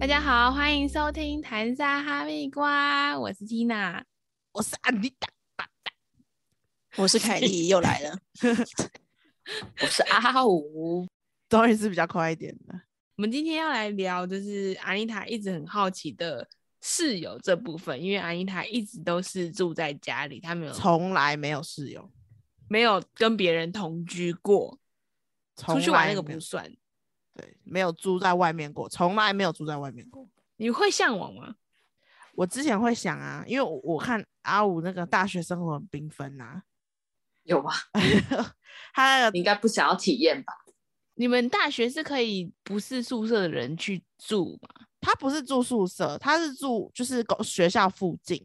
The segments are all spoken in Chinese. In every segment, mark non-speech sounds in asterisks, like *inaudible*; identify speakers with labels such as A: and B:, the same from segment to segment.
A: 大家好，欢迎收听《谈沙哈密瓜》，我是 Tina。
B: 我是安迪达，
C: 我是凯莉，又来了。
D: 我是阿五，
B: 终于是比较快一点的。
A: 我们今天要来聊，就是安妮塔一直很好奇的室友这部分，因为安妮塔一直都是住在家里，她没有
B: 从来没有室友，
A: 没有跟别人同居过，出去
B: 从
A: 玩那
B: 来
A: 个
B: 没
A: 不
B: 有
A: 算。
B: 对，没有住在外面过，从来没有住在外面过。
A: 你会向往吗？
B: 我之前会想啊，因为我我看阿五那个大学生活很缤纷呐，
D: 有吗？
B: *laughs* 他那
D: 你
B: 个
D: 应该不想要体验吧？
A: 你们大学是可以不是宿舍的人去住吗？
B: 他不是住宿舍，他是住就是公学校附近。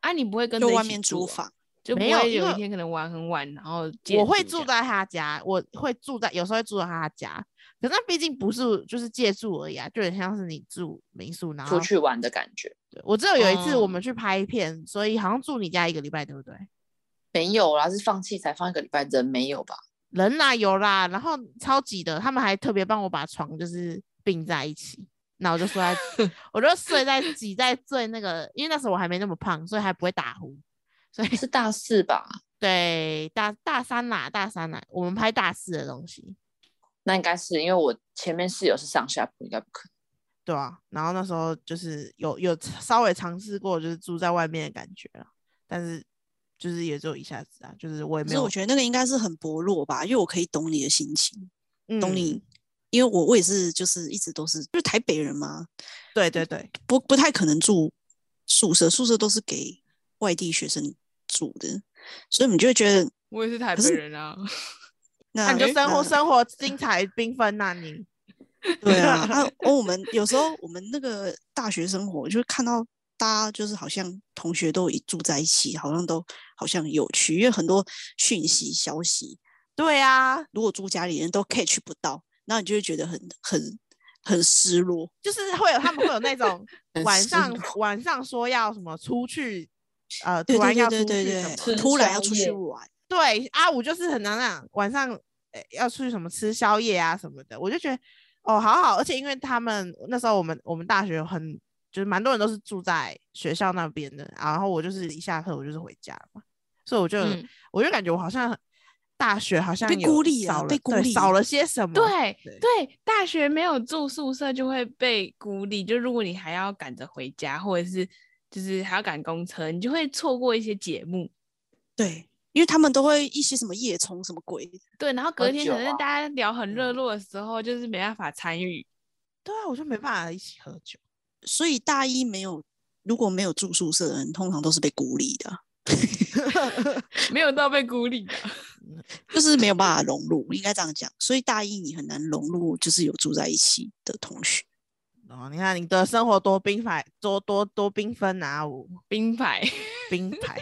A: 啊，你不会跟
C: 就
A: 着一
C: 外
A: 起
C: 面
A: 住
C: 租
A: 哦，
C: 房，
A: 就不
B: 没有
A: 会
B: 因
A: 有一
B: 为
A: 天可能玩很晚，然后借
B: 我会
A: 住
B: 住
A: 这样
B: 在他家，我会住在有时候会住在他家，可是那毕竟不是就是借住而已啊，就很像是你住民宿，
A: 啊
B: 然后
D: 出去玩的感觉
B: 对我只有有一次我
A: 哦
B: 们去拍片，所以好像住你家一个礼拜，对不对？
D: 没有啦，是放弃才放一个礼拜，人没有吧？
B: 人啦、有啦，然后超级的，他们还特别帮我把床就是并在一起，那我就
A: *laughs*
B: 睡在，我就睡在挤在最那个，因为那时候我还没那么胖，所以还不会打呼。
D: 是大四吧？
B: 对，大大三啦，大三啦，我们拍大四的东西，
D: 那应该是因为我前面室友是上下铺，应该不可能。
B: 对啊。然后那时候就是有有稍微尝试过，就是住在外面的感觉了，但是就是也就一下子啊，就是我也
C: 可
B: 没
C: 是
B: 有
C: 我觉得那个应该是很薄弱吧，因为我可以懂你的心情，懂
B: 嗯
C: 你，因为我我也是就是一直都是就是台北人嘛，
B: 对对对，
C: 不不太可能住宿舍，宿舍都是给外地学生住的，所以你就会觉得
A: 我也是台
C: 可
A: 北
C: 是
A: 人啊，
B: 那
C: 那
B: 你就生活
C: 那
B: 生活精彩缤纷呐，你
C: *laughs* 对
B: *laughs*
C: 啊，那、哦、我们有时候我们那个大学生活，就看到大家就是好像同学都一住在一起，好像都好像有趣，因为很多讯息消息，
B: 对啊，
C: 如果住家里人都 catch 不到，那你就会觉得很很很失落。
B: 就是会有他们会有那
C: *laughs*
B: 种
D: 很
B: 晚
D: 失
B: 上
D: 落
B: 晚上说要什么出去，呃，
C: 对
B: 突
C: 对
B: 然要
C: 对
B: 出
C: 对
B: 去什
C: 对
B: 么
D: 吃
C: 对，突然要
D: 宵
C: 出去
D: 夜
C: 玩，
B: 对，阿五就是很难啊，晚上、呃要出去什么吃宵夜啊什么的，我就觉得哦，好好，而且因为他们那时候我们我们大学很就是蛮多人都是住在学校那边的，然后我就是一下课我就是回家嘛，所以我就、
A: 嗯，
B: 我就感觉我好像大学好像
C: 被
B: 有
C: 孤立啊
B: 少了
C: 被孤
B: 对
C: 立
B: 少了些什么，
A: 对
B: 对
A: 对，大学没有住宿舍就会被孤立，就如果你还要赶着回家，或者是就是还要赶公车，你就会错过一些节目。
C: 对，因为他们都会一些什么夜冲什么鬼的，
A: 对，然后隔
D: 喝
A: 天
D: 酒
A: 可能
D: 啊
A: 大家聊很热
B: 哦嗯
A: 络的时候，就是没办法参与。 *laughs*
B: 对啊，我就没办法一起喝酒。
C: 所以大一没有如果没有住宿舍的人，通常都是被孤立的啊，
A: 没有到被孤立的，
C: 就是没有办法融入，应该这样讲。所以大一你很难融入，就是有住在一起的同学。
B: 哦，你看你的生活多缤纷，多多多缤纷啊！我
A: 冰牌
B: 冰牌，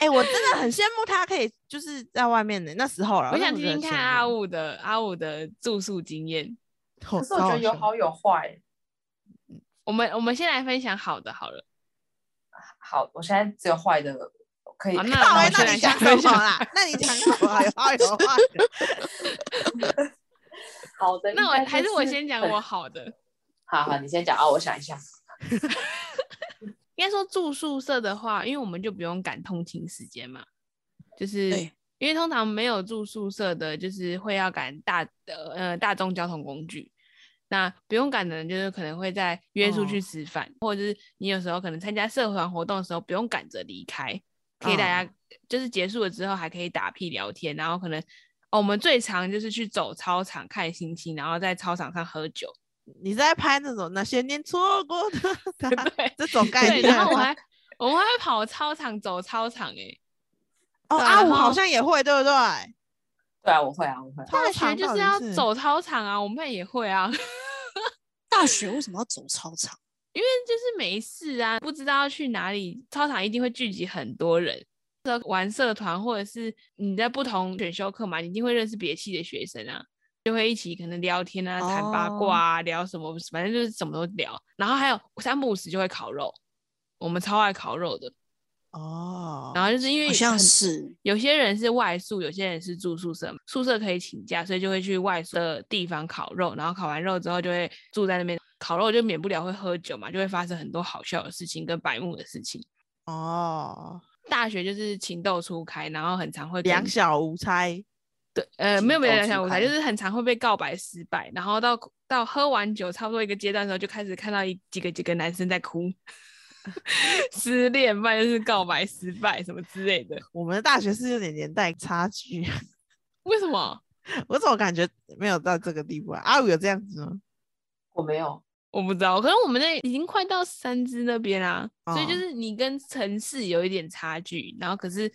B: 哎、我真的很羡慕他可以就是在外面的那时候了。
A: 我
B: 啊那
A: 想
B: 时
A: 听
B: 候
A: 听
B: 真的
A: 看啊
B: 羡
A: 阿
B: 慕，
A: 五的阿五的住宿经验。
B: 可
D: 有坏。
A: 我们我们先来分享好的好了，
D: 好，我现在只有坏的可以
A: 好那
B: 靠
A: 那
B: 哎
A: 我，
B: 那
A: 先来
B: 你
A: 讲
B: 讲什么啦？那你讲什么？有 *laughs* 哎好有坏。
D: 好的
A: *laughs* 那我还是我先讲我。好的。
D: 好好，你先讲啊，我想一下。
A: 应该说住宿舍的话，因为我们就不用赶通勤时间嘛，就是
C: 对
A: 因为通常没有住宿舍的，就是会要赶大呃呃大众交通工具。那不用赶的人，就是可能会在约出去
B: 哦
A: 吃饭，或者是你有时候可能参加社团活动的时候，不用赶着离开，可以大家、
B: 嗯
A: 就是结束了之后还可以打屁聊天，然后可能、哦、我们最常就是去走操场看星星，然后在操场上喝酒，
B: 你是在拍那种那些年错过的 *laughs*
A: *laughs*
B: 他
A: 对
B: 这种概
A: 对，
B: 念吗。
A: 然后我还我们还会跑操场走操场哎、
B: 哦，
A: 对
B: 阿
A: 然
B: 五
A: 后
B: 好像也会，对不对？
D: 对啊，我会啊，我会啊。
A: 大
B: 操
A: 学
B: 场
A: 就
B: 到
A: 是
B: 底
A: 要
B: 是
A: 走操场啊，我妹也会啊，
C: 大学为什么要走操场？
A: 因为就是没事啊，不知道要去哪里，操场一定会聚集很多人。这玩社团或者是你在不同选修课嘛，你一定会认识别系的学生啊，就会一起可能聊天啊、谈八卦
C: 哦
A: 啊、聊什么，反正就是什么都聊。然后还有三不五时就会烤肉，我们超爱烤肉的。
B: 哦，
A: 然后就是因为
C: 好像
A: 很
C: 是
A: 有些人是外宿，有些人是住宿舍嘛，宿舍可以请假，所以就会去外宿的地方烤肉，然后烤完肉之后就会住在那边烤肉就免不了会喝酒嘛，就会发生很多好笑的事情跟白目的事情。
B: 哦，
A: 大学就是情窦初开，然后很常会跟
B: 两小无猜，
A: 对，呃，
D: 情
A: 没有没有
D: 窦
A: 两
D: 初
A: 小无猜，
D: 开
A: 就是很常会被告白失败，然后到到喝完酒差不多一个阶段的时候，就开始看到一几个几个男生在哭， *laughs* 失恋，不然就是告白失败什么之类的。
B: 我们的大学是有点年代差距， *laughs*
A: 为什么
B: 我怎么感觉没有到这个地步啊？阿五有这样子吗？
D: 我没有，
A: 我不知道？可能我们那已经快到三支那边啦、所以
C: 嗯
A: 就
B: 哦
A: 是你跟城市有一点差距，然后可是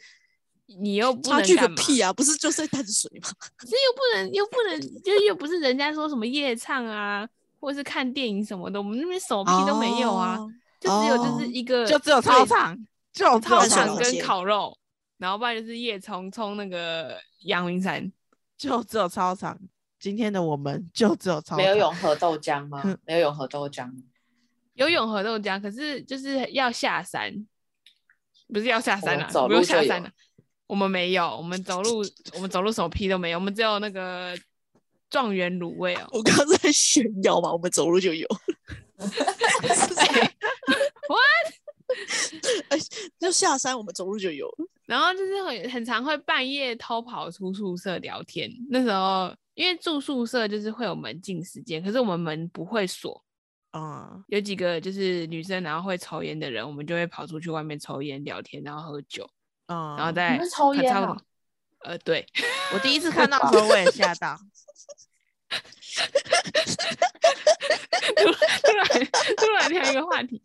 A: 你又不
C: 差
A: 能
C: 距个
A: 干嘛
C: 屁啊！不是就是在淡水吗？
A: 这又不能又不能，就又不是人家说什么夜唱啊，或者是看电影什么的，我们那边什么屁都没有啊，
C: 哦
A: 就只有就
C: 哦
A: 是一个
B: 就只有
A: 最
B: 操场，就
A: 操
C: 只有
A: 场
C: 老
A: 跟
C: 街
A: 烤肉，然后不然就是夜冲冲那个阳明山，
B: 就只有操场。今天的我们就只有操场，
D: 没有永和豆浆吗
A: 嗯
B: 哼？
D: 没有永和豆浆吗？
A: 有永和豆浆，可是就是要下山，不是要下山
D: 们
A: 啊，
D: 哦走
A: 不用
D: 路
A: 下
D: 就
A: 山
D: 有
A: 啊，我们没有，我们走路我们走路什么屁都没有，我们只有那个状元卤味哦。
C: 我刚刚在炫耀嘛，我们走路就有。哎，就下山，我们走路就有。
A: *laughs* 然后就是很很常会半夜偷跑出宿舍聊天。那时候因为住宿舍就是会有门禁时间，可是我们门不会锁，
B: 嗯，
A: 有几个就是女生然后会抽烟的人，我们就会跑出去外面抽烟、聊天，然后喝酒，
B: 嗯
A: 然后再
D: 你们抽
A: 可
D: 烟
A: 哎差不
D: 啊
A: 多呃，对，
B: 我第一次看到的
A: *laughs*
B: 时候我也吓到，
A: 突然突然跳一个话题，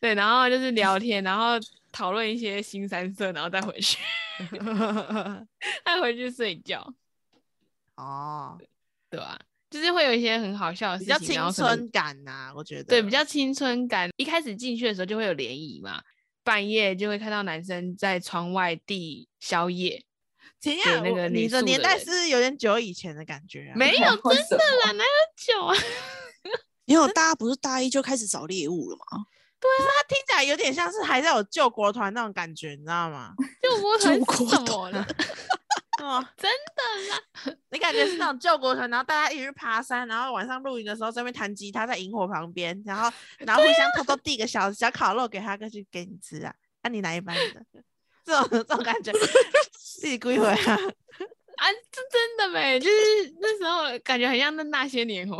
A: 对，然后就是聊天，然后讨论一些新三色，然后再回去，再回去睡觉，
B: 哦，
A: 对吧、就是会有一些很好笑的
B: 比
A: 事
B: 较
A: 情，然
B: 青
A: 后可能
B: 春感呐、我觉得
A: 对，比较青春感。一开始进去的时候就会有涟漪嘛，半夜就会看到男生在窗外递宵夜，
B: 前一
A: 给
B: 下
A: 那
B: 我
A: 个
B: 你
A: 女
B: 的
A: 宿
B: 年
A: 的
B: 代
A: 人
B: 是有点久以前的感觉、啊，
A: 没有
D: 为
A: 真
D: 什
A: 的啦，哪有酒啊？
C: 没有，大家不是大一就开始找猎物了嘛？
B: 它听起来有点像是还在有救国团那种感觉，你知道吗？ *laughs*
A: 就我
C: 出
A: 很
C: 国
A: 什
C: 的
A: 么了？
B: 哦，
A: 真
B: 的啦，你感觉是那种救国团，然后大家一起去爬山，然后晚上露营的时候在那边弹吉他，在萤火旁边，然后然后互相偷偷递个小小烤肉给他，过去给你吃啊，那、你哪一班的？这种这种感觉，自己归回啊，
A: 啊，这真的呗，就是那时候感觉很像那那些年哦。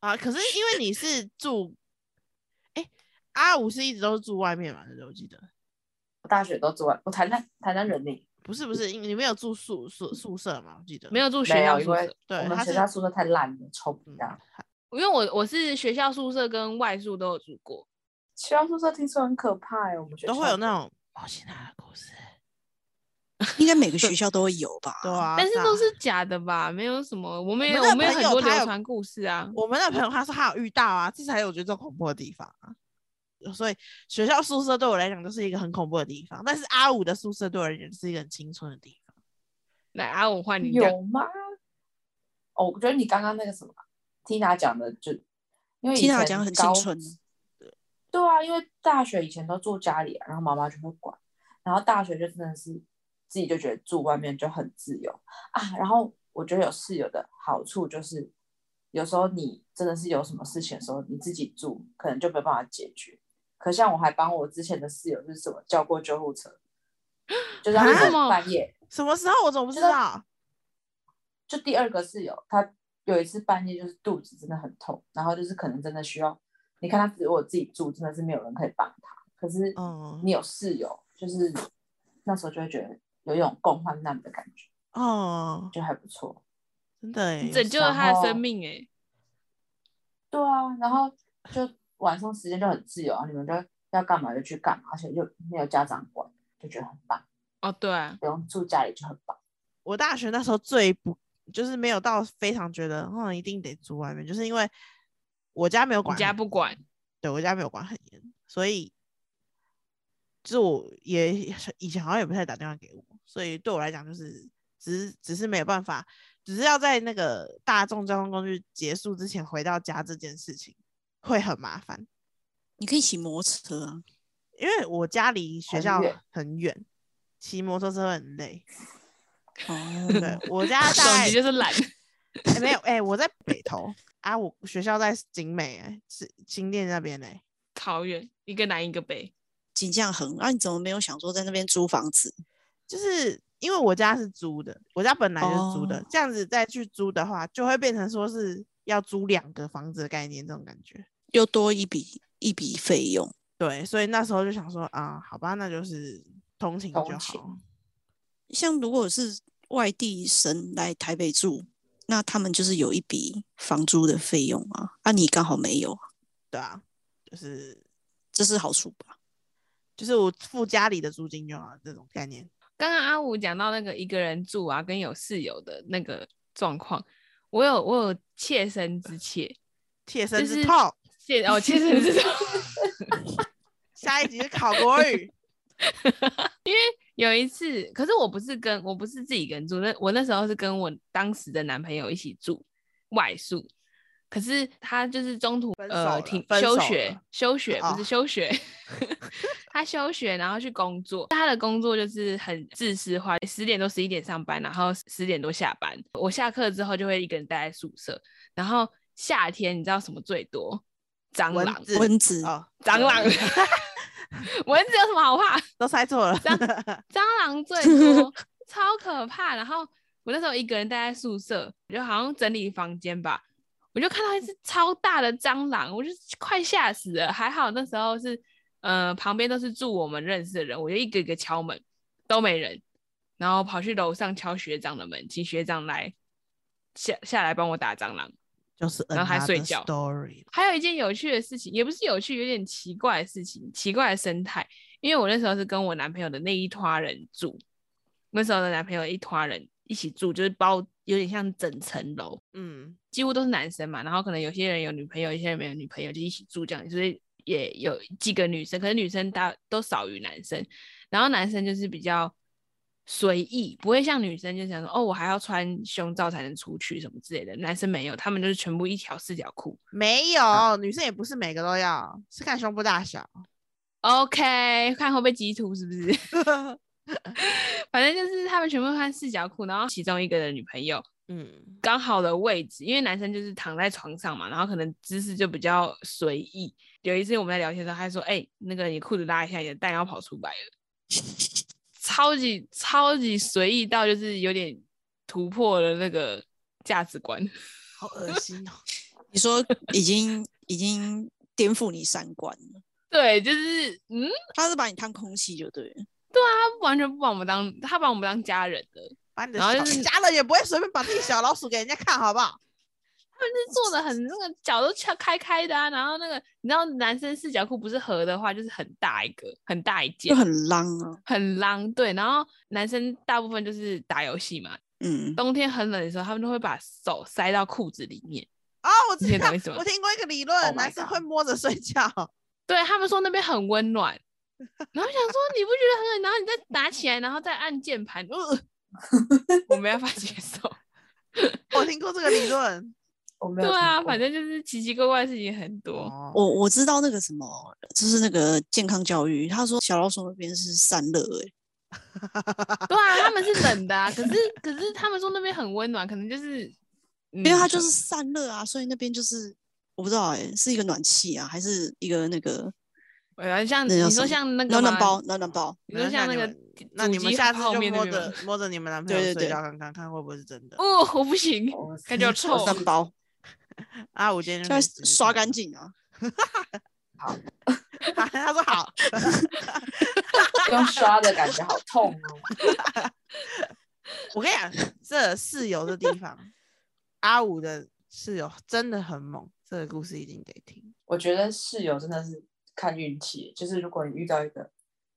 B: 啊，可是因为你是住，哎、阿五是一直都是住外面嘛，对不对？我记得
D: 我大学都住外，我台南台南人呢，
B: 不是不是，你没有住宿宿宿舍嘛？我记得
A: 没有住学
D: 没
A: 校
D: 有，
A: 宿
D: 因为
A: 舍，
B: 对
D: 我们
B: 他
D: 学
B: 是
D: 校宿舍太烂了，抽不
B: 嗯
D: 到。
A: 因为我我是学校宿舍跟外宿都有住过。
D: 学校宿舍听说很可怕哎，我们学校
B: 都会有那种哦毛线娜的故事，
C: 应该每个学校都会有吧？
B: 对啊，
A: 但是
B: 啊
A: 都是假的吧？没有什么，我们也
B: 我
A: 有
B: 们
A: 我
B: 那
A: 们有很
B: 朋
A: 多
B: 友他
A: 流
B: 有
A: 传故事啊。
B: 我们的朋友他说他有遇到啊，这才有我觉得这恐怖的地方啊。所以学校宿舍对我来讲就是一个很恐怖的地方，但是阿五的宿舍对我来讲是一个很青春的地方。
A: 来，阿五换你讲，
D: 有吗？哦，我觉得你刚刚那个什么，Tina 讲的就，因为以
C: Tina
D: 前
C: 讲很
D: 高
C: 青春啊
D: 对啊，因为大学以前都住家里、啊，然后妈妈就会管，然后大学就真的是自己就觉得住外面就很自由啊。然后我觉得有室友的好处就是，有时候你真的是有什么事情的时候，你自己住可能就没办法解决。可像我还帮我之前的室友就是什么叫过救护车，就是他
B: 啊
D: 们半夜。
B: 什么时候我怎么不知
D: 真的
B: 道？
D: 就第二个室友，他有一次半夜就是肚子真的很痛，然后就是可能真的需要，你看他如果自己住，真的是没有人可以帮他。可是
B: 嗯
D: 你有室友，就是那时候就会觉得有一种共患难的感觉，
B: 哦，
D: 就还不错。
B: 真的哎、
A: 你拯救了他的
D: 然后
A: 生命哎、
D: 对啊，然后就晚上时间就很自由啊，你们就要干嘛就去干嘛，而且又没有家长管，就觉得很棒，
A: 哦，对啊、
D: 不用住家里就很棒。
B: 我大学那时候最不就是没有到非常觉得嗯一定得住外面，就是因为我家没有管
A: 你家
B: 很
A: 不管，
B: 对我家没有管很严，所以就是我也是以前好像也不太打电话给我，所以对我来讲就是只是只是没有办法，只是要在那个大众交通工具结束之前回到家这件事情会很麻烦，
C: 你可以骑摩托车 *laughs* 啊。
B: 因为我家离学
D: 很
B: 校
D: 远
B: 很远，
A: *laughs*
B: 骑摩托车很累。
C: 哦，
B: 对我家
A: 手 *laughs*
B: 大概
A: 机就是懒。
B: 哎没有，哎、我在北投啊，我学校在景美、哎，是新店那边嘞、哎
A: 桃园一个南一个北，
C: 景象很，啊那、你怎么没有想说在那边租房子？
B: 就是因为我家是租的，我家本来就是租的，
C: 哦
B: 这样子再去租的话，就会变成说是要租两个房子的概念，这种感觉。
C: 又多一笔一笔费用。
B: 对，所以那时候就想说啊，好吧，那就是通勤
D: 通
B: 就
D: 勤
B: 好。
C: 像如果是外地生来台北住，那他们就是有一笔房租的费用啊，啊，你刚好没有，
B: 对啊，就是
C: 这是好处吧？
B: 就是我付家里的租金就好了，这种概念。
A: 刚刚阿五讲到那个一个人住啊，跟有室友的那个状况，我有我有切身之切，
B: 贴身
A: 就
B: 之
A: 是
B: 痛，
A: 切哦切身之痛。
B: 下一集是考国
A: *laughs*
B: 语，
A: 有一次，可是我不是跟我不是自己一个人住，那我那时候是跟我当时的男朋友一起住外宿，可是他就是中途
B: 分手
A: 呃
B: 了
A: 停
B: 分
A: 休
B: 手
A: 学
B: 了
A: 休学
B: 哦
A: 不是休学， *laughs* 他休学然后去工作，他的工作就是很自私化，十点多十一点上班，然后十点多下班。我下课之后就会一个人待在宿舍，然后夏天你知道什么最多？蟑
B: 蚊
A: 螂，
B: 子
C: 蚊子，
B: 哦，
A: 蟑螂， *laughs* 蚊子有什么好怕？
B: *laughs* 都猜错了，
A: 蟑螂最多，超可怕。然后我那时候一个人待在宿舍，我就好像整理房间吧，我就看到一只超大的蟑螂，我就快吓死了。还好那时候是，呃，旁边都是住我们认识的人，我就一个一个敲门，都没人，然后跑去楼上敲学长的门，请学长来下下来帮我打蟑螂。
B: *laughs* 就是
A: 然后还睡
B: another
A: 觉
B: Story，
A: 还有一件有趣的事情，也不是有趣，有点奇怪的事情，奇怪的生态。因为我那时候是跟我男朋友的那一团人住，那时候的男朋友一团人一起住，就是包有点像整层楼，
B: 嗯，
A: 几乎都是男生嘛。然后可能有些人有女朋友，有些人没有女朋友，就一起住这样，所以也有几个女生，可是女生大都少于男生。然后男生就是比较随意，不会像女生就想说哦，我还要穿胸罩才能出去什么之类的。男生没有，他们就是全部一条四角裤。
B: 没有，女生也不是每个都要，是看胸部大小。
A: OK，看会不会截图是不是？反正就是他们全部都穿四角裤，然后其中一个的女朋友
B: 嗯，
A: 刚好的位置，因为男生就是躺在床上嘛，然后可能姿势就比较随意。有一次我们在聊天的时候，他还说：“哎、那个你裤子拉一下，你的蛋要跑出来了。”超级超级随意到就是有点突破了那个价值观。
B: 好恶心哦。
C: 你说已经已经颠覆你三观了，
A: 对，就是嗯，
C: 他是把你当空气就对了。
A: 他完全不把我们当他把我们当家人的，
B: 把你的
A: 然后
B: 小
A: 就是
B: 家人也不会随便把自己小老鼠给人家看，好不好？
A: 他们是做的很那个脚都翘开开的啊，然后那个你知道男生四角裤不是合的话，就是很大一个，很大一件
C: 就，很浪啊，
A: 很浪。对，然后男生大部分就是打游戏嘛，
C: 嗯，
A: 冬天很冷的时候，他们都会把手塞到裤子里面。
B: 哦，我
A: 你
B: 知
A: 也
B: 道
A: 懂意思，吗
D: *laughs*
B: 我听过一个理论
D: Oh my
B: 男生
D: God
B: 会摸着睡觉。
A: 对他们说那边很温暖，然后想说你不觉得很冷，然后你再拿起来，然后再按键盘，
D: *laughs*
A: 呃，我没办法接受。
B: 我听过这个理论。
D: 我没
A: 对
D: 有听
A: 啊，
D: 过
A: 反正就是奇奇怪怪的事情很多。
B: 哦，
C: 我我知道那个什么，就是那个健康教育，他说小老鼠那边是散热、欸，
A: 对啊，他们是冷的啊，可是可是他们说那边很温暖，可能就是，嗯因
C: 因为它就是散热啊，所以那边就是我不知道哎、是一个暖气啊，还是一个那个
A: 呃像
C: 那
A: 你
C: 叫什
A: 说
C: 么
A: 像那个
C: 暖暖
A: 吗
C: 包，，暖暖包，
A: 你说像那个
B: 你们那你
A: 主
B: 们
A: 机
B: 下次
A: 泡
B: 就
A: 面那
B: 摸
A: 边
B: 着
A: 吗
B: 摸着你们男朋友
C: 对对
B: 睡
C: 对
B: 觉看看，看会不会是真的。
A: *laughs* 哦，我不行，
D: 我是
A: 感觉好
D: 我
A: 臭
D: 是
C: 暖包，
A: *laughs*
B: 啊，我今天
C: 就
B: 就
C: 要
B: 没事
C: 刷干。净啊。
B: 啊 *laughs* 他说好，
D: 用刷的感觉好痛哦。
B: 我跟你讲，这室友的地方，阿五的室友真的很猛，这个故事一定得听。
D: 我觉得室友真的是看运气，就是如果你遇到一个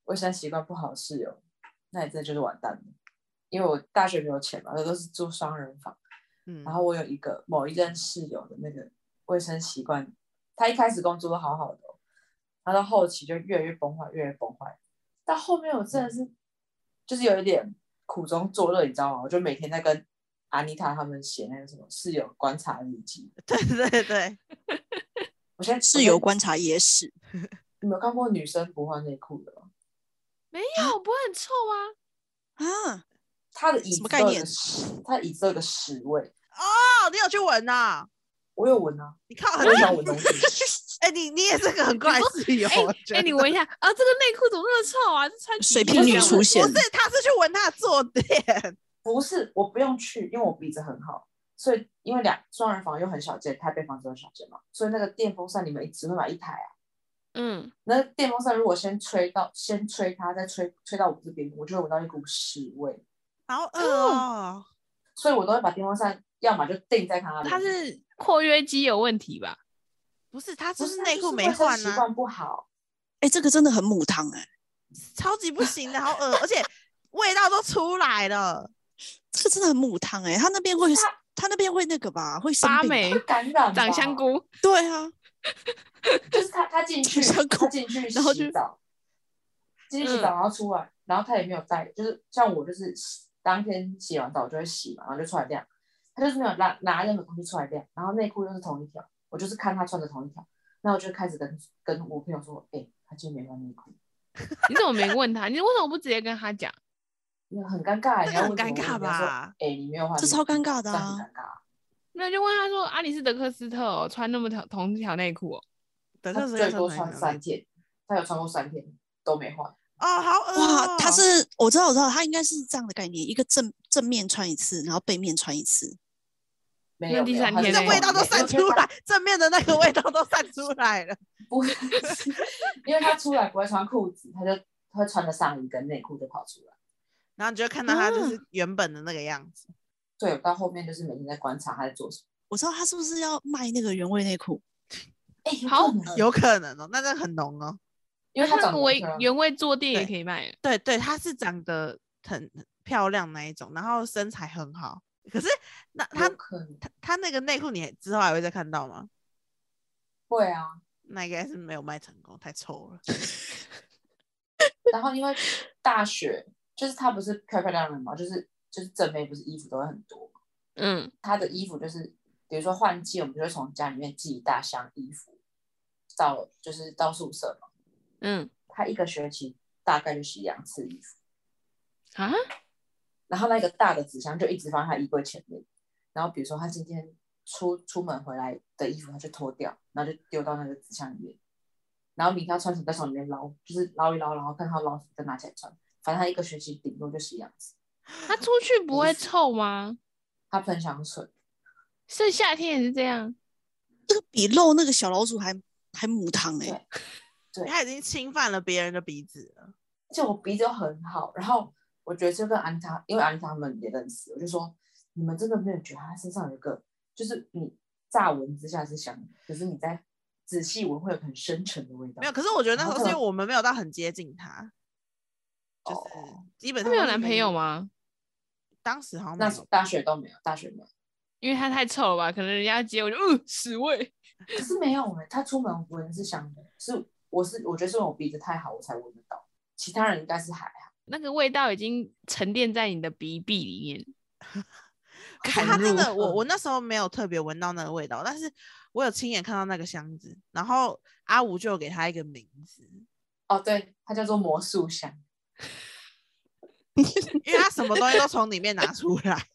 D: 卫生习惯不好的室友，那你真的就是完蛋了。因为我大学没有钱嘛，我都是住双人房，
B: 嗯，
D: 然后我有一个某一任室友的那个卫生习惯，他一开始跟我住的好好的哦、然后到后期就越来越崩坏，越来越崩坏。到后面我真的是就是有一点苦中作乐，你知道吗？我就每天在跟阿妮塔他们写那个什么室友观察日记。
B: 对
A: *laughs*
B: 对对，
D: 我现在
C: 室友，观察野史，
D: 你们有看过女生不换内裤的吗？
A: 没有，不会很臭
C: *laughs*
A: 啊？
C: 啊，
D: 他的椅
C: 什
D: 子
C: 么概
D: 都有
C: 念
D: 个屎，他的椅子都有个屎味，
B: 哦，靠，你有去闻呐？
D: 我有闻啊，
B: 你靠
D: 我
B: 很
D: 有
B: 久
D: 想，
B: *laughs*
D: 闻东西，
B: 哎、你你也是个很怪的室友，
A: 哎
B: 我觉
A: 哎，你
B: 得
A: 闻一下啊，这个内裤怎么那么臭啊？这穿几
C: 水
A: 天
C: 瓶
A: 这
C: 女
A: 样
C: 出现
B: 不，是，他是去闻他的坐垫，
D: 不是，我不用去，因为我鼻子很好，所以因为两双人房又很小间，台北房子很小间嘛，所以那个电风扇你们只会买一台啊。
A: 嗯，
D: 那电风扇如果先吹到，先吹它，再吹吹到我这边，我就会闻到一股屎味，
B: 好恶哦、
D: 所以我都会把电风扇要么就定在它那里。
A: 它是括约肌有问题吧？
B: 不是，他
D: 不
B: 就是是
D: 它
B: 内
D: 就
B: 裤
D: 是
B: 没
D: 卫生
B: 换啊
D: 习
B: 呢、
D: 惯不好，
C: 哎、这个真的很母汤哎、
B: 超级不行的，好恶，而且味道都出来了。
C: 这个真的很母汤哎、他那边会他那边会那个吧，会生
A: 啊发
C: 病吧 *laughs*
A: 霉
D: 会感染吧
A: 长香，菇，
C: 对啊，
D: 就是它它进去，
C: 长香菇
D: 它进去
C: 然后
D: 洗
C: 就
D: 澡，进去洗澡然后出来，然后它也没有带，就是像我就是洗当天洗完澡就会洗嘛，然后就出来晾，它就是没有拿拿任何东西出来晾，然后内裤又是同一条，我就是看它穿的同一条，那我就开始跟跟我朋友说，哎、他今天没换内裤。
A: 你怎么没问他？你为什么不直接跟他讲？
D: 那很尴尬欸，
B: 这
D: 你
B: 个
D: 要
B: 很
D: 问
B: 尴尬
D: 什么问题？你要说
B: 吧
D: 哎、你没有换，
C: 这超尴尬的
D: 这样
C: 啊
D: 很尴尬啊。
A: 那就问他说啊，你是德克斯特哦，穿那么条同一条内裤哦，
B: 等
D: 他
B: 下时间
D: 最多
B: 穿
D: 穿
B: 什
D: 三
B: 么
D: 天，他有穿过三天都没换，
B: 哦，好恶、哦。
C: 哇，他是我知道我知道，他应该是这样的概念，一个正正面穿一次，然后背面穿一次，
D: 没
A: 那
D: 有
A: 第
D: 没有
A: 三
D: 他
A: 天
D: 是
A: 呢
B: 这
A: 那
D: 从
B: 味道都散
D: 没有因为
B: 出
D: 他
B: 来，正面的那个味道都散出来了。
D: *laughs* 不，因为他出来不会穿裤子，他就他会穿着上衣跟内裤就跑出来。
B: 然后你就看到他就是原本的那个样子。
D: 对，我到后面就是每天在观察他在做什么。
C: 我知道他是不是要卖那个原味内裤？
D: 哎、有
A: 好
D: 可能
B: 有可能哦，那这很浓哦。
D: 因为他
A: 那
D: 长
A: 个
D: 得
A: 为
D: 很漂亮
A: 原味坐垫也
B: 对
A: 可以卖了，
B: 对对，她是长得很漂亮那一种，然后身材很好。可是那她
D: 有可能
B: 她她那个内裤，你之后还会再看到吗？
D: 会啊。
B: 那应该是没有卖成功，太臭了。
D: 然后因为大学就是他不是漂漂亮亮的嘛，就是就是正妹不是衣服都会很多，
A: 嗯，
D: 他的衣服就是，比如说换季，我们就会从家里面寄一大箱衣服到就是到宿舍嘛。
A: 嗯
D: 他一个学期大概就洗两次衣服，
A: 啊，
D: 然后那个大的纸箱就一直放在他衣柜前面。然后比如说他今天出出门回来的衣服，他就脱掉，然后就丢到那个纸箱里面。然后明天要穿什么，再从里面捞，就是捞一捞，然后看他捞什么再拿起来穿。反正他一个学期顶多就洗两次。
A: 他出去不会臭吗？
D: 他喷香水，
A: 是夏天也是这样，
C: 这个比露那个小老鼠还还母汤哎、
D: 对对
B: 她已经侵犯了别人的鼻子了。
D: 而且我鼻子又很好，然后我觉得就跟安塔，因为安塔他们也认识，我就说你们真的没有觉得他身上有一个，就是你乍闻之下是香的，可是你在仔细闻会有很深沉的味道。
B: 没有，可是我觉得那
D: 然
B: 时
D: 后
B: 候是因
D: 这
B: 为
D: 个
B: 我们没有到很接近她，就是
D: 哦
B: 基本
A: 他没
B: 上
A: 有
B: 都是
A: 男朋友？吗？
B: 当时好像没
D: 那
B: 有
D: 时候大学都没有，大学没有，
A: 因为他太臭了吧，可能人家接我就嗯屎味，
D: 可是没有哎、他出门闻是香的，是我是我觉得是因为我鼻子太好我才闻得到，其他人应该是还好。
A: 那个味道已经沉淀在你的鼻壁里面。
B: 可是
D: 很
B: 它真
D: 入
B: 的，我我
D: 耳
B: 那时候没有特别闻到那个味道，但是我有亲眼看到那个箱子，然后阿吴就有给他一个名字，
D: 哦，对，它叫做魔术香，
B: 因为他什么东西都从里面拿出来。 *laughs*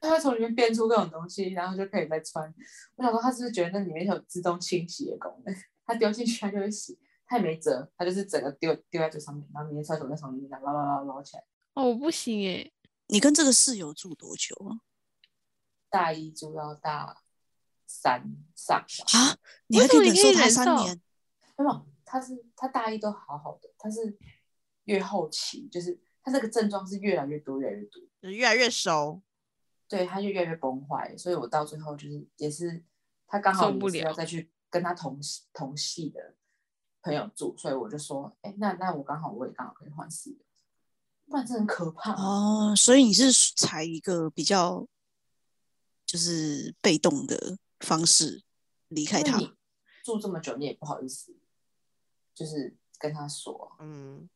D: 它会从里面变出各种东西，然后就可以再穿。我想说，他是不是觉得那里面有自动清洗的功能？ *laughs* 他丢进去，它就会洗，他也没辙，他就是整个丢丢在这上面，然后明天厕所再从里面捞捞捞捞起来。
A: 哦，我不行诶，
C: 你跟这个室友住多久啊？
D: 大一住到大三上吧，
C: 啊，你
A: 为
C: 还
A: 什
C: 可
A: 么
C: 以
A: 你可
C: 忍
A: 以
C: 受他
A: 忍
C: 三
A: 受
C: 年？
D: 没有，他是他大一都好好的，他是越后期就是他那个症状是越来越多，越来越多，
B: 就越来越熟，
D: 对，他就越来越崩坏。所以我到最后就是也是他刚好
A: 受不
D: 也是要
A: 了
D: 再去跟他同系同系的朋友住，所以我就说，哎，那那我刚好我也刚好可以换室友，不然真的很可怕。
C: 哦，所以你是采一个比较就是被动的方式离开
D: 因为
C: 他，
D: 你住这么久，你也不好意思，就是跟他说，
B: 嗯，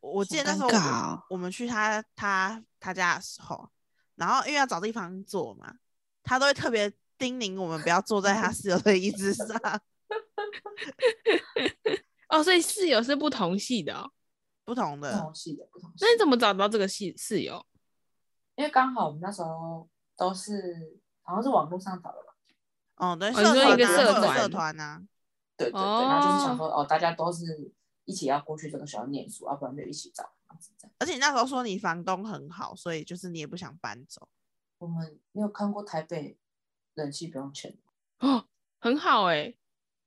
B: 我我记得那
C: 好尴
B: 时候我
C: 尬
B: 们
C: 哦
B: 我们去他他他家的时候，然后因为要找地方坐嘛，他都会特别叮咛我们不要坐在他室友的椅子上。 *laughs*
A: 哦，所以室友是不同系的哦，
B: 不同
D: 不
B: 的
D: 同系的不同系
A: 那。你怎么找到这个系室友？
D: 因为刚好我们那时候都是好像是网络上找的吧？
B: 哦，对，
A: 哦
B: 社
A: 你说
B: 团
D: 一个
B: 啊
D: 社
B: 会有社
A: 团
B: 团呐，
D: 对对对，然后就是想说哦，大家都是一起要过去这个学校念书，要、不然就一起找房子这样。
B: 而且你那时候说你房东很好，所以就是你也不想搬走。
D: 我们你有看过台北冷气不用钱，
A: 哦，很好哎、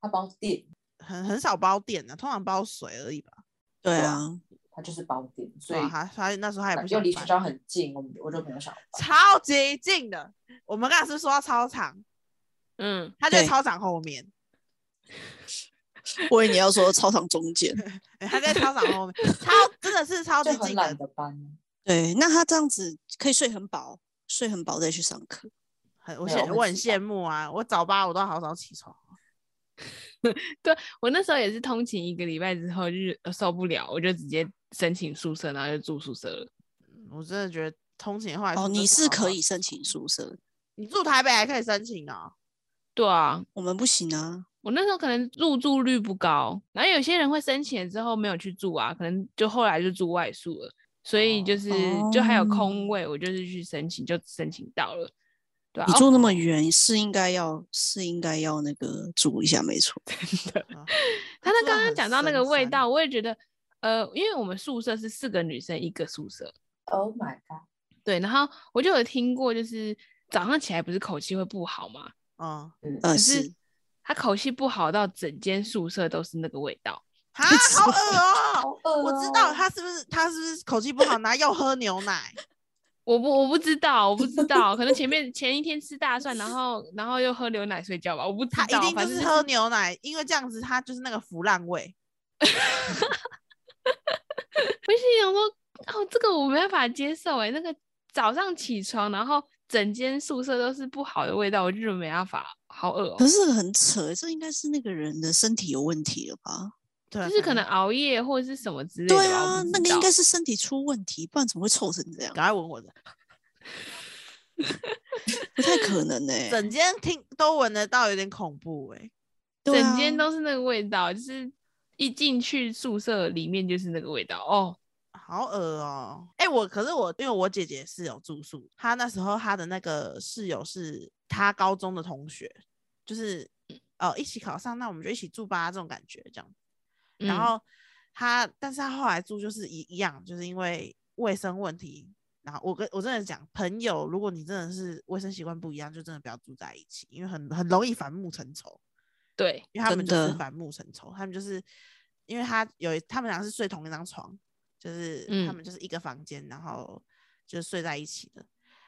D: 他包电，
B: 很很少包电的、通常包水而已吧。
C: 对
D: 对啊
C: 啊，
D: 他就是包电，所
B: 对
D: 以
B: 啊，他他那时候他也不
D: 又
B: 想
D: 离学
B: 搬，
D: 校很近，我们我就没有想到。
B: 超级近的。我们刚才是说到操场，
A: 嗯，
B: 他就在
C: 对
B: 操场后面，
C: 我以为你要说操场中间。
B: 哎他在操场后面，超真的是超级
D: 就很
B: 近
D: 懒
B: 的，
D: 得搬，
C: *laughs* 对，那他这样子可以睡很饱，睡很饱再去上课。
B: 很我
D: 没有
B: 羡
D: 我
B: 我很
D: 知道
B: 羡慕啊，我早八我都好早起床。
A: 我那时候也是通勤一个礼拜之后，就是呃受不了，我就直接申请宿舍，然后就住宿舍了。
B: 我真的觉得通勤后来
C: 哦，
B: 真的
C: 你
B: 好
C: 是可
B: 早
C: 以，申请宿舍，
B: 你住台北还可以申请哦。
A: 对啊，
C: 我们不行啊。
A: 我那时候可能入住率不高，然后有些人会申请了之后没有去住啊，可能就后来就住外宿了，所以
B: 哦
A: 就是、就还有空位，我就是去申请就申请到了，对啊
C: 你
A: 哦
C: 住那么远，是应该要是应该要那个住一下，没错。
B: 啊
A: 他
B: 真
A: 那
B: 的
A: 刚刚
B: 很
A: 讲到那
B: 深
A: 个味
B: 山
A: 道，我也觉得，呃，因为我们宿舍是四个女生一个宿舍，
D: Oh my god！
A: 对，然后我就有听过，就是早上起来不是口气会不好吗？
B: 嗯，
D: 嗯，
C: 呃，
A: 可是
C: 是
A: 他口气不好到整间宿舍都是那个味道，
B: 哈，好恶
D: *laughs*
B: 哦、
D: 好饿、
B: 我知道。他是不是他是不是口气不好，拿药喝牛奶？
A: 我不我不知道，我不
C: *laughs*
A: 知道，可能前面前一天吃大蒜，然后然后又喝牛奶睡觉吧，我不知
B: 他
A: 道，
B: 一定
A: 反
B: 就
A: 正
B: 是喝牛奶，因为这样子他就是那个腐烂味。
A: 我心里想说，哦，这个我没办法接受哎、那个早上起床，然后整间宿舍都是不好的味道，我就觉得没办法，好恶
C: *laughs*
A: 哦、
C: 可是这个很扯，这应该是那个人的身体有问题了吧？
B: 对啊，
A: 就是可
B: 反
A: 能
B: 正
A: 熬夜或者是什么之类的吧。
C: 对啊
A: 我，不
C: 那
A: 知
C: 个应
A: 道
C: 该是身体出问题，不然怎么会臭成这样？
B: 嗯赶快闻闻的，
C: 不太可能呢、
B: 整间听都闻得到，有点恐怖哎、
C: 对
A: 整间
C: 啊
A: 都是那个味道，就是一进去宿舍里面就是那个味道哦。
B: 好恶哦、哎、我可是我因为我姐姐是有住宿，她那时候她的那个室友是她高中的同学，就是呃一起考上，那我们就一起住吧，这种感觉这样。然
A: 嗯
B: 后他，但是他后来住就是一一样，就是因为卫生问题。然后我跟我真的讲，朋友，如果你真的是卫生习惯不一样，就真的不要住在一起，因为很很容易反目成仇。
A: 对，
B: 因为他
C: 真
B: 们就是
C: 的
B: 反目成仇，他们就是因为他有一他们俩是睡同一张床，就是、他
A: 嗯
B: 们就是一个房间，然后就睡在一起的。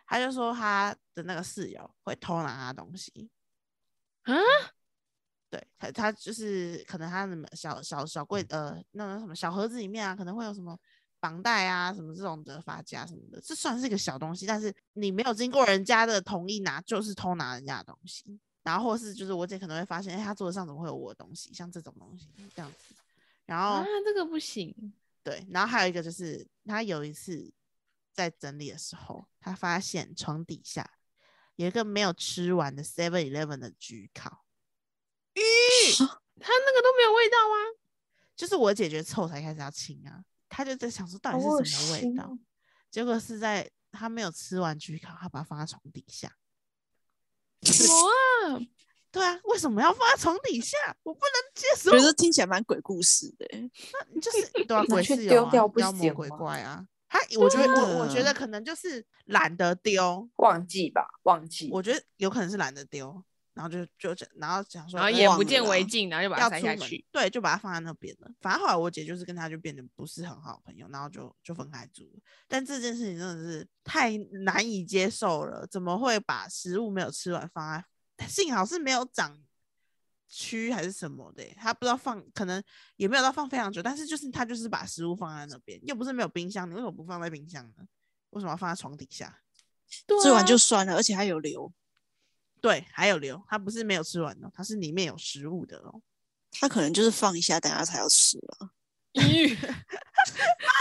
B: 他就说他的那个室友会偷拿他的东西，
A: 啊，
B: 对他，他就是可能他的门小小小柜呃那种什么小盒子里面啊，可能会有什么绑带啊、什么这种的发夹什么的，这算是一个小东西，但是你没有经过人家的同意拿，就是偷拿人家的东西。然后或是就是我姐可能会发现，哎、他桌子上怎么会有我的东西？像这种东西这样子。然
C: 哦
B: 后、
A: 啊，这个不行。
B: 对，然后还有一个就是他有一次在整理的时候，他发现床底下有一个没有吃完的 Seven Eleven 的焗烤。
A: 它那个都没有味道吗？
B: 就是我姐觉得臭才开始要清啊，她就在想说到底
D: 好恶
B: 是什么味
D: 心
B: 道
D: 哦，
B: 结果是在她没有吃完焗烤，她把它放在床底下。
A: 什么啊？
B: 对啊，为什么要放在床底下？我不能接受
C: 觉。得听起来蛮鬼故事的、欸
B: 那你就是对
D: *laughs*
B: 啊，
D: 拿
B: 鬼
D: 去
B: 室友
D: 丢
B: 啊，
D: 掉不
B: 妖魔
D: 行
B: 鬼
D: 吗
B: 怪啊。他，我觉得我我觉
C: 真
B: 得
C: 的
B: 可能就是懒得丢，
D: 忘记吧，忘记。
B: 我觉得有可能是懒得丢，然后就就这然后想说
A: 然后
B: 呃
A: 眼
C: 忘
A: 不
C: 了
A: 见
C: 啦
A: 为净，然后就把它
B: 要
A: 塞
B: 出
A: 下
B: 门
A: 去。，
B: 对，就把它放在那边了。反正后来我姐就是跟他就变得不是很好的朋友，然后就就分开住了。但这件事情真的是太难以接受了，怎么会把食物没有吃完放在？幸好是没有长蛆还是什么的欸、他不知道放，可能也没有到放非常久，但是就是他就是把食物放在那边，又不是没有冰箱，你为什么不放在冰箱呢？为什么要放在床底下？
A: 对
C: 吃
A: 啊 *laughs*
B: *laughs*
C: 完就 *laughs* 算了，而且还有留，
B: 对，还有留，他不是没有吃完哦，他是里面有食物的哦。
C: 他可能就是放一下，等下才要吃啊。
A: 咦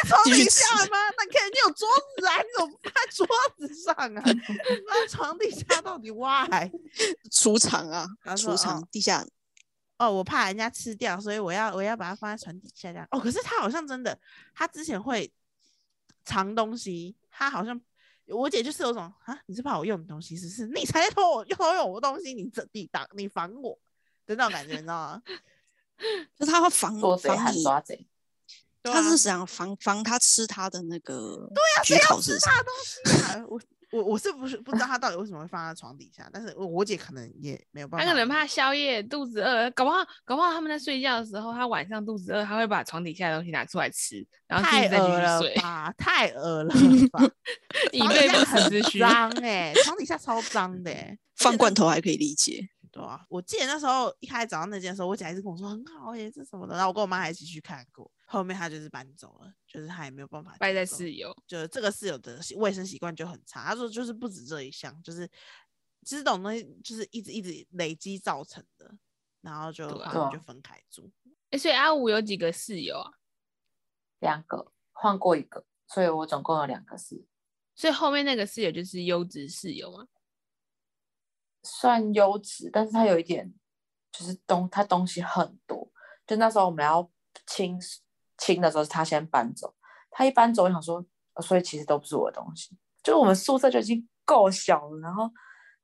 B: 床
C: 继续
B: 底下
C: 吃
B: 吗？ *laughs* 那肯定有桌子啊，你怎么放在桌子上啊？ *laughs* 放在床底下到底 why？
C: 储藏
A: *laughs*
C: 啊
B: 他，说
C: 储藏
A: 嗯
B: 哦
C: 地下
B: 哦，我怕人家吃掉，所以我要我要把它放在床底下这样。哦，可是他好像真的，他之前会藏东西，他好像我姐就是有种啊，你是怕我用你东西，是不是？你才在偷我偷用我东西，你这你挡你防我的那种感觉，你知道 *laughs* 吗？
C: 就是他会防
D: 做贼
C: 防
D: 喊
C: 你，
D: 抓贼，
B: 对
C: 他
B: 啊 *laughs*
C: 是想防防他吃他的那个
B: 啊
C: 焗
B: 谁要
C: 烤
B: 吃
C: 是
B: 他的东西啊？我我我是不是不知道他到底为什么会放在床底下？但是我我姐可能也没有办
A: 他
B: 法，
A: 可能怕宵夜肚子饿，搞不好搞不好他们在睡觉的时候，他晚上肚子饿，他会把床底下的东西拿出来吃，然后自
B: 太
A: 己再
B: 恶
A: 继续
B: 了
A: 睡，
B: 吧， *laughs* 太恶了
A: *laughs*
B: 吧，
A: 以
B: 床底
A: 备
B: 下
A: 不时之
B: 很
A: 需。
B: 脏哎、床底下超脏的、欸。
C: 放罐头还可以理解，
B: 对啊，我记得那时候一开始找到那件的时候，我姐还是跟我说很好耶、这什么的，然后我跟我妈还一起去看过。后面她就是搬走了，就是她也没有办法
A: *laughs* 败在
B: 接受
A: 室友，
B: 就是这个室友的习卫生习惯就很差。他说就是不止这一项，就是其实这种东西就是一直一直累积造成的，然后就
A: 对啊
B: 后来
D: 对
B: 就
D: 啊
B: 分开住。
A: 哎、所以阿五有几个室友啊？
D: 两个换过一个，所以我总共有两个室友，
A: 所以后面那个室友就是优质室友嘛。
D: 算优质，但是他有一点就是东他东西很多，就那时候我们要清清的时候，他先搬走，他一搬走，我想说，呃所以其实都不是我的东西，就是我们宿舍就已经够小了，然后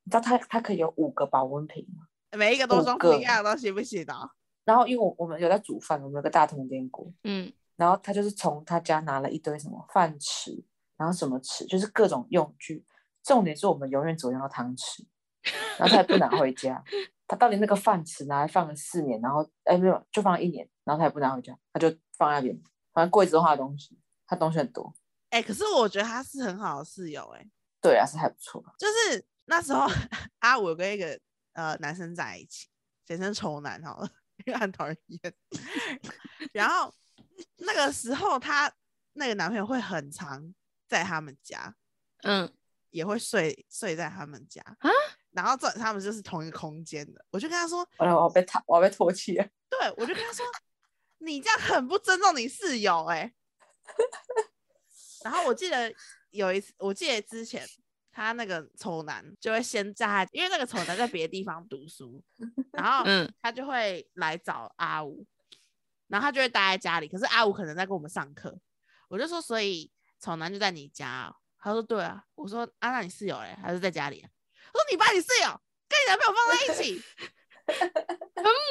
D: 你知道他他可以有五个保温瓶，
B: 每一个都
D: 五
B: 装不
D: 个
B: 一样的东西，不行的哦。
D: 然后因为我我们有在煮饭，我们有个大铜电锅，
A: 嗯，
D: 然后他就是从他家拿了一堆什么饭匙，然后什么匙，就是各种用具。重点是我们永远只会用到汤匙，然后他也不拿回家。他到底那个饭匙拿来放了四年，然后哎没有，就放了一年，然后他也不拿回家，他就放在那边。反正柜子都是他的东西，他东西很多。
B: 哎、可是我觉得他是很好的室友、欸，
D: 对啊，是还不错。
B: 就是那时候阿五有跟一个呃男生在一起，简称丑男好了，因为很讨人厌。 *laughs* 然后那个时候她那个男朋友会很常在他们家，
A: 嗯，
B: 也会睡睡在他们家
A: 啊
B: 然后这他们就是同一个空间的，我就跟他说，
D: 完哎了，我要被他，我要被唾弃了。
B: 对我就跟他说，你这样很不尊重你室友哎、然后我记得有一次，我记得之前他那个丑男就会先在他，因为那个丑男在别的地方读书，然后
A: 嗯
B: 他就会来找阿五，然后他就会待在家里，可是阿五可能在跟我们上课，我就说，所以丑男就在你家哦、他说对啊，我说啊，那你室友嘞？他说在家里、啊，我说你把你室友跟你男朋友放在一起。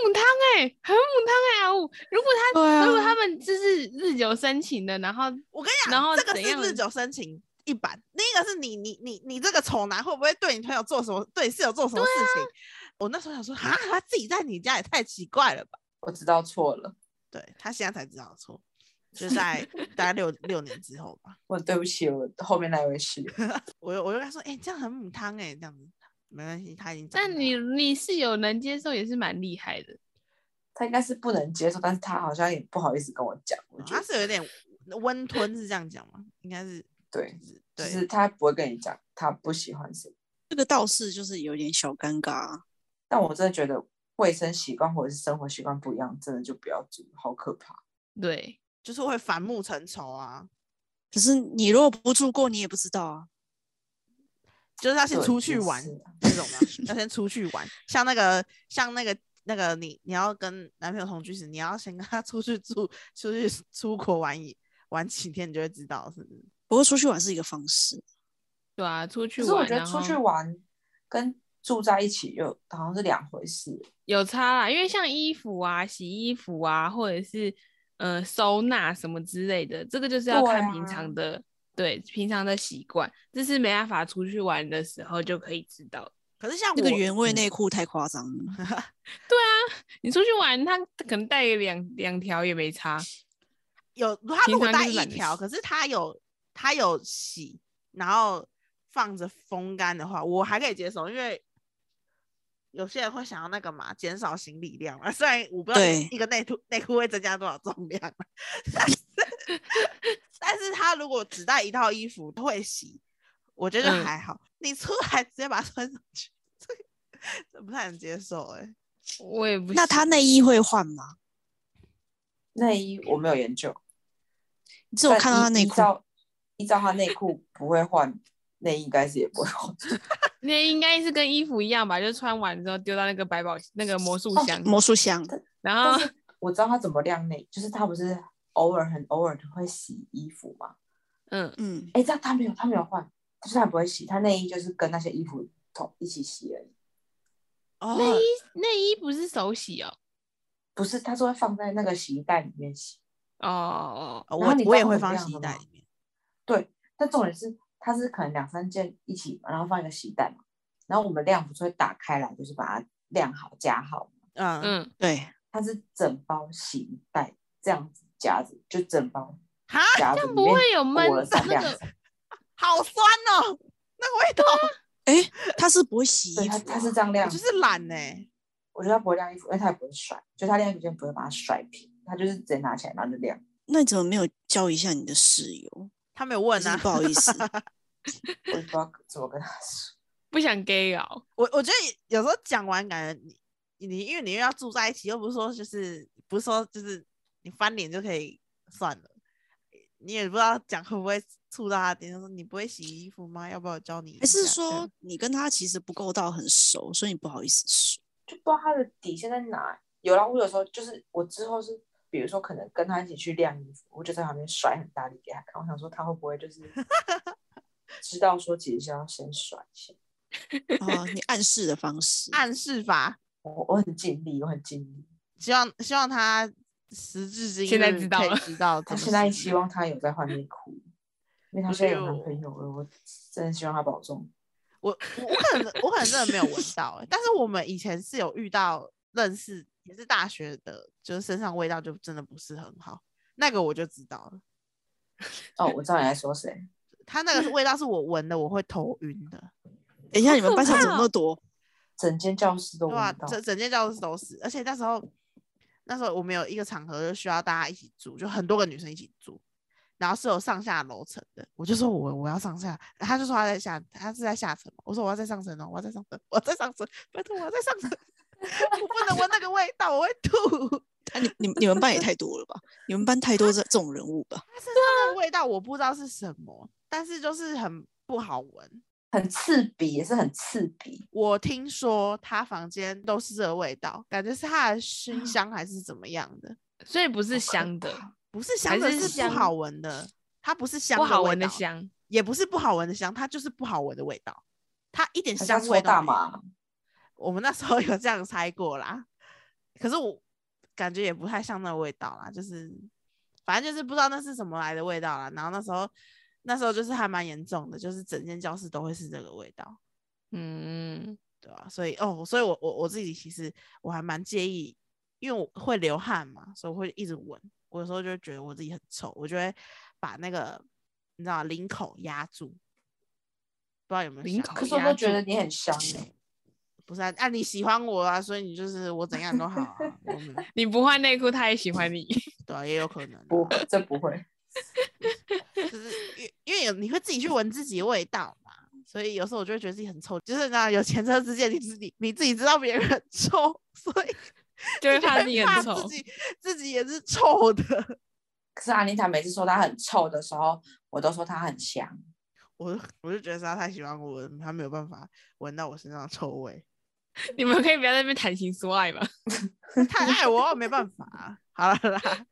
A: 母汤哎、很母汤哎、阿五，如果他、
C: 对啊
A: 如果他们就是日久生情的，然后
B: 我跟你
A: 然
B: 讲，
A: 后
B: 这个
A: 怎
B: 是
A: 样
B: 日久生情一版，另一个是你你你你这个丑男会不会对你朋友做什么，对你室友做什么
A: 啊
B: 事情？我那时候想说，哈，他自己在你家也太奇怪了吧？
D: 我知道错了，
B: 对他现在才知道错，就
A: *laughs*
B: 在大概六六年之后吧。
D: 我很对不起我后面那位室友。
B: 我又我又跟他说，哎、这样很母汤哎、这样子没关系，他已经长大
A: 那
B: 了。
A: 你你室友能接受也是蛮厉害的。
D: 他应该是不能接受，但是他好像也不好意思跟我讲。我
B: 哦
D: 觉
B: 他
D: 得
B: 是有点温吞，是这样讲吗？应该是
D: 对，
B: 是
D: 就
B: 对，
D: 是他不会跟你讲他不喜欢谁。
C: 这个倒是就是有点小尴尬啊。
D: 但我真的觉得卫生习惯或者是生活习惯不一样，真的就不要住，好可怕。
A: 对，
B: 就是会反目成仇啊。
C: 可是你如果不住过，你也不知道啊。
B: 就是要先
D: 对
B: 出
D: 也
B: 去玩
D: 是啊
B: 那种吗？要先出去玩，像那个像那个那个你你要跟男朋友同居时，你要先跟他 *laughs* 出去住，出去出国玩一玩几天，你就会知道是不是？
C: 不过出去玩是一个方式，
A: 对啊，出去
D: 可是我
A: 玩，
D: 觉得
A: 然
D: 出
C: 啊
D: 去
A: 后
D: 玩跟住在一起又好像是两回事。
A: 有差啦，因为像衣服啊、洗衣服啊，或者是呃收纳什么之类的，这个就是要
D: 对
A: 看平
D: 啊
A: 常的，对平常的习惯，这是没办法出去玩的时候就可以知道的。
B: 可是像
C: 那个
B: 我
C: 原味内裤太夸张了。
A: 你出去玩，他可能带两两条也没差。
B: 有他
A: 平
B: 如果
A: 常就
B: 带
A: 是
B: 一
A: 懒得
B: 条，
A: 洗
B: 可是他有他有洗，然后放着风干的话，我还可以接受，因为。有些人会想要那个嘛，减少行李量嘛。 *laughs* 虽然我不知道
C: 对
B: 一个内裤内裤会增加多少重量，啊
A: *laughs*
B: 但是但是他如果只带一套衣服会洗，我觉得
A: 嗯
B: 还好。你出来直接把它穿上去，这个 *laughs* 这不太能接受哎、
A: 我也不
C: 那他
A: 行
C: 内衣会换吗？
D: 内衣我没有研究，
C: 你只有
D: 但
C: 看到
D: 依
C: 他内
D: 依
C: 裤，
D: 照依照他内裤不会换，内衣应该是也不会换。 *laughs*
A: 那应该是跟衣服一样吧，就穿完之后丢到那个百宝那个魔术
C: 哦
A: 箱，
C: 魔术箱，
A: 然
D: 但
A: 后
D: 是我知道他怎么晾内，就是他不是偶尔很偶尔地会洗衣服嘛？
A: 嗯，
C: 嗯，
D: 哎，这样他没有他没有换，就是他不会洗，他内衣就是跟那些衣服同一起洗而已。
B: 哦，
A: 内衣内衣不是手洗哦，
D: 不是，他是会放在那个洗衣袋里面洗。
A: 哦哦
B: 哦
D: 然后
B: 我
D: 你
B: 我也
D: 知道
B: 会
D: 怎
B: 放
D: 样
B: 洗衣
D: 的
B: 袋
D: 吗
B: 里面。
D: 对，但重点是它是可能两三件一起嘛，然后放一个洗袋嘛，然后我们晾不是会打开来，就是把它晾好加好嘛，
A: 哦
B: 嗯，
A: 嗯，
C: 对，
D: 它是整包洗衣袋这样子夹着，就整包
B: 哈，
D: 夹
A: 这
D: 着
A: 样
D: 里
A: 不
D: 面
A: 会有闷
D: 裹了三
A: 那
D: 两
A: 个
D: 层，
B: 好酸哦，那个味道，
C: 哎，他是不会洗
D: 对，
C: 衣服
D: 它
C: 啊，
D: 它是这样晾
B: 我就，是懒欸呢、
D: 我觉得它不会晾衣服，因为它也不会甩，就它晾衣服间不会把它甩平，它就是直接拿起来然后就晾。
C: 那你怎么没有教一下你的室友？
B: 他没有
C: 真
B: 问
C: 是
B: 啊，
C: 不好意思，
D: 我也不知道怎么跟他说，
A: 不想 gay 哦，
B: 我我觉得有时候讲完，感觉你你因为你又要住在一起，又不是说就是不是说就是你翻脸就可以算了，你也不知道讲会不会触到他的点，就说你不会洗衣服吗？要不要我教你一
C: 还是
B: 下
C: 说你跟他其实不够到很熟，所以你不好意思说？
D: 就不知道他的底线在哪。有啦，我有时候就是我之后是，比如说可能跟他一起去晾衣服，我就在旁边甩很大力给他看，我想说他会不会就是
B: *laughs*
D: 知道说其实是要先甩一下。
C: 啊，你暗示的方式
B: 对，暗示法？
D: 我我很尽力，我很尽力。
B: 希望希望他时至今
A: 现在
B: 日
A: 知道
B: 可以
A: 了
B: 知道怎么
D: 他
B: 洗衣服，
D: *laughs* 现在希望他有在换内裤，因为他现在有
B: 哎
D: 男
B: 呦
D: 朋友了，我真的希望他保重。
B: 我我我可能我可能真的没有闻到、欸，但是我们以前是有遇到认识也是大学的，就是身上味道就真的不是很好，那个我就知道了，
D: 哦，我知道你在说谁，
B: 他那个是味道是我闻的，我会头晕的，
C: 等一下，你们
A: 可
C: 班上
A: 怕
C: 怎么那
A: 哦
C: 么多？
D: 整间教室都
B: 对啊吧、
D: 闻到。
B: 整整间教室都是，而且那时候那时候我们有一个场合就需要大家一起住，就很多个女生一起住。然后是有上下楼层的，我就说我我要上下，他就说他在下，他是在下层，我说我要在上层哦，我要在上层，我要在上层，拜托我要在上层， *laughs* 我不能闻那个味道，我会吐。 *laughs*
C: 啊，你你你们班也太多了吧？你们班太多这这种人物吧？
B: 它身上的味道我不知道是什么，但是就是很不好闻。
D: 很刺鼻，也是很刺鼻。
B: 我听说他房间都是这个味道，感觉是他的熏香还是怎么样的，
A: 所以不是
D: 好可
A: 香的，
D: 怕
B: 不是香的，
A: 还是
B: 不
A: 香
B: 好闻的。它不是香
A: 不好
B: 味
A: 闻的
B: 道，
A: 香。
B: 也不是不好闻的香，它就是不好闻的味道，它一点
D: 很像
B: 香
D: 抽
B: 味都
D: 大
B: 没有。
D: 麻，
B: 我们那时候有这样猜过啦，可是我感觉也不太像那个味道啦，就是反正就是不知道那是什么来的味道啦。然后那时候那时候就是还蛮严重的，就是整间教室都会是这个味道，
A: 嗯，
B: 对吧、所以哦，所以我我我自己其实我还蛮介意，因为我会流汗嘛，所以我会一直闻。我有时候就会觉得我自己很臭，我就会把那个你知道领口压住，不知道有没有
A: 领
B: 想
A: 口
B: 过
D: 可是我
A: 压
D: 都觉
A: 住
D: 得你很香欸
B: 不是啊，啊你喜欢我啊，所以你就是我怎样都好啊，我们
A: 你不换内裤，他也喜欢你。 *laughs*
B: 对啊，也有可能啊、
D: 不，这不会。
B: 就是因为因为有你会自己去闻自己的味道嘛，所以有时候我就会觉得自己很臭，就是那有前车之鉴，你自己你自己知道别人很臭，所以
A: 就
B: *laughs*
A: 会
B: 你
A: 怕自己很
B: 怕
A: 臭
B: 自。己自己也是臭的。 *laughs*
D: 可是阿妮塔每次说她很臭的时候，我都说她很香。
B: 我就我就觉得是他太喜欢我了，他没有办法闻到我身上的臭味，
A: 你们可以不要在那边谈情说爱吗？
B: 太爱我我没办法啊、 *laughs* 好了
A: *laughs*
B: 啦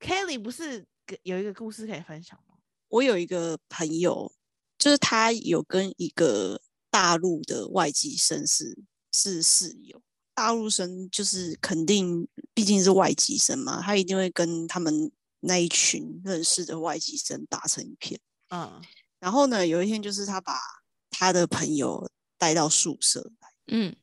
B: ，Kelly 不是个有一个故事可以分享吗？
C: 我有一个朋友，就是他有跟一个大陆的外籍生是是室友。大陆生就是肯定，毕竟是外籍生嘛，他一定会跟他们那一群认识的外籍生打成一片。
B: 嗯，
C: 然后呢，有一天就是他把他的朋友带到宿舍来，
A: 嗯，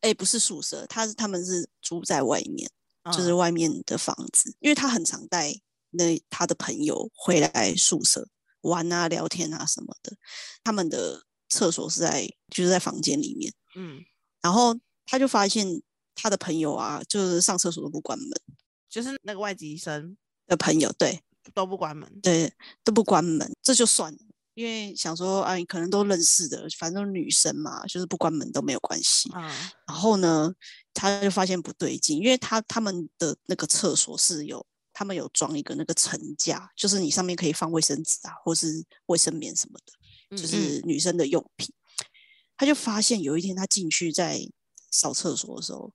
C: 哎，不是宿舍，他是他们是住在外面，
B: 嗯
C: 就是外面的房子，因为他很常带那他的朋友回来宿舍玩啊、聊天啊什么的。他们的厕所是在就是在房间里面，
B: 嗯，
C: 然后他就发现他的朋友啊，就是上厕所都不关门
B: 就是那个外籍生
C: 的朋友，对，
B: 都不关门，
C: 对，都不关门，这就算了。因为想说，哎，可能都认识的，反正女生嘛，就是不关门都没有关系。 *laughs*
B: 嗯
C: 然后呢，他就发现不对劲，因为他他们的那个厕所是有，他们有装一个那个层架，就是你上面可以放卫生纸啊，或是卫生棉什么的，就
B: 嗯
C: 是女生的用品。他就发现有一天他进去在扫厕所的时候，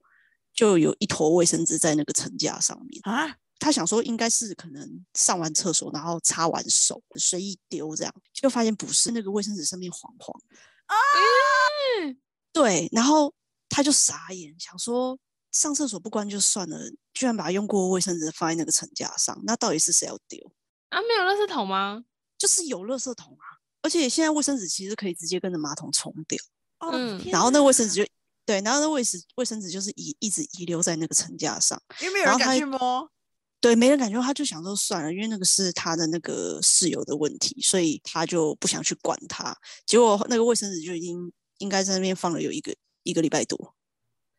C: 就有一坨卫生纸在那个层架上面。
B: 啊，
C: 他想说应该是可能上完厕所然后擦完手随意丢这样，就发现不是那个卫生纸上面黄黄。
A: 嗯
C: 对，然后他就傻眼，想说上厕所不关就算了，居然把用过的卫生纸放在那个层架上，那到底是谁要丢？
A: 啊，没有垃圾桶吗？
C: 就是有垃圾桶啊，而且现在卫生纸其实可以直接跟着马桶冲掉，
B: 哦
A: 嗯
B: 天
C: 然后那
B: 哪
C: 卫生纸就对，然后那卫生卫生纸就是遗一直遗留在那个层架上。
B: 因为没有
C: 然
B: 人
C: 后他
B: 敢
C: 一
B: 去摸，
C: 对，没人感觉，他就想说算了，因为那个是他的那个室友的问题，所以他就不想去管他。结果那个卫生纸就已经应该在那边放了有一个一个礼拜多，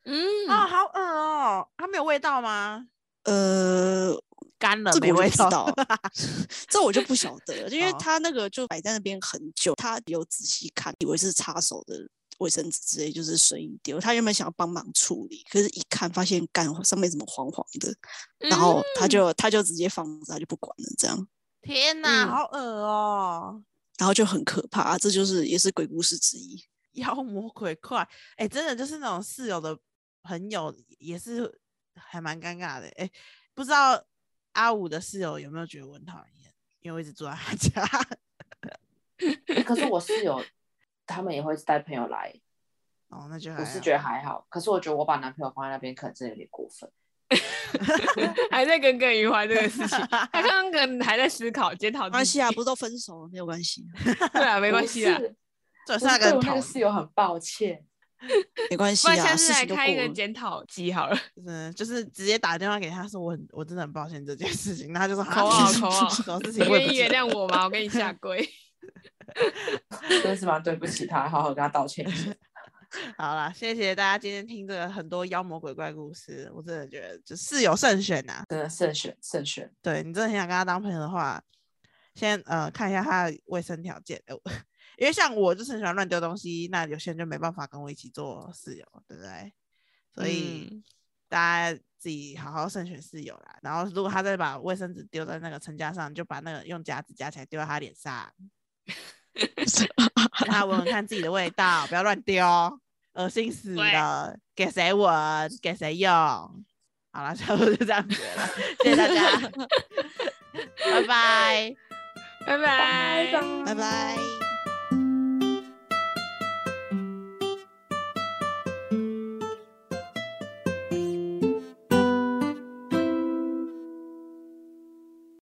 A: 嗯
B: 啊，好恶哦，它没有味道吗？
C: 呃，
B: 干了
C: 这
B: 没
C: 个我
B: 味
C: 就不知
B: 道，
A: *laughs*
C: 道， *laughs* 这我就不晓得了，因
A: 哦
C: 为
B: 好
C: 他那个就摆在那边很久，他有仔细看，以为是擦手的卫生纸之类，就是随意丢。他原本想要帮忙处理，可是一看发现干上面怎么黄黄的，然后他
A: 嗯
C: 就他就直接放着，他就不管了，这样，
B: 天哪，
A: 嗯
B: 好恶哦，
C: 然后就很可怕，啊这就是也是鬼故事之一。
B: *laughs* 妖魔鬼怪，哎、真的就是那种室友的朋友也是还蛮尴尬的，哎、不知道阿五的室友有没有觉得我很讨厌，因为我一直住在他家，
A: 嗯
D: 可是我室友他们也会带朋友
A: *laughs*
D: 来，
B: 哦，那就还
D: 我
A: 哎
D: 是
B: 好
D: 觉得还好。可是我觉得我把男朋友放在那边，可能真的有点过分。
A: *laughs* 还在耿耿于怀这个事
B: *laughs*
A: 情，他刚刚可能还在思考检讨
C: 没关
A: 自己。
C: 系啊，不是都分手了，没有关系， *laughs*
A: 对啊，没
D: 没
A: 关系啊。
B: 这
D: 我
B: 是
D: 是
B: 那
D: 对
B: 个
D: 我
B: 很
D: 那
B: 讨
D: 个室友很抱歉。
C: 没关
A: 不
C: 系
A: 然
C: 啊，
A: 下
C: 事
A: 次来
C: 情都过
A: 开一个
C: 了。
A: 检讨集好了，
B: 嗯，就是直接打电话给他说我很我真的很抱歉这件事情，那他就
A: *laughs*
B: 说
A: 口
B: 好
A: 号口号，
B: 什么事
A: 你
B: 情我也
A: 愿
B: 不
A: 意
B: 知
A: 原谅我吗？我跟你下跪。
D: 真的是蛮对不起他，好好跟他道歉一下。
B: 好啦，谢谢大家今天听这个很多妖魔鬼怪故事，我真的觉得就室友慎选啊呐、
D: 真的慎选慎选，
B: 对你真的很想跟他当朋友的话，先呃看一下他的卫生条件，呃 *laughs* 因为像我就是很喜欢乱丢东西，那有些人就没办法跟我一起做室友，对不对？所以、
A: 嗯
B: 大家自己好好慎选室友啦。然后如果他再把卫生纸丢在那个层架上，你就把那个用夹子夹起来丢在他脸上，让他闻闻看自己的味道，不要乱丢，恶心死
A: 对
B: 了，给谁闻，给谁用。好了，差不多就这样子了，谢谢大家，拜拜。
A: 拜拜。
C: 拜拜。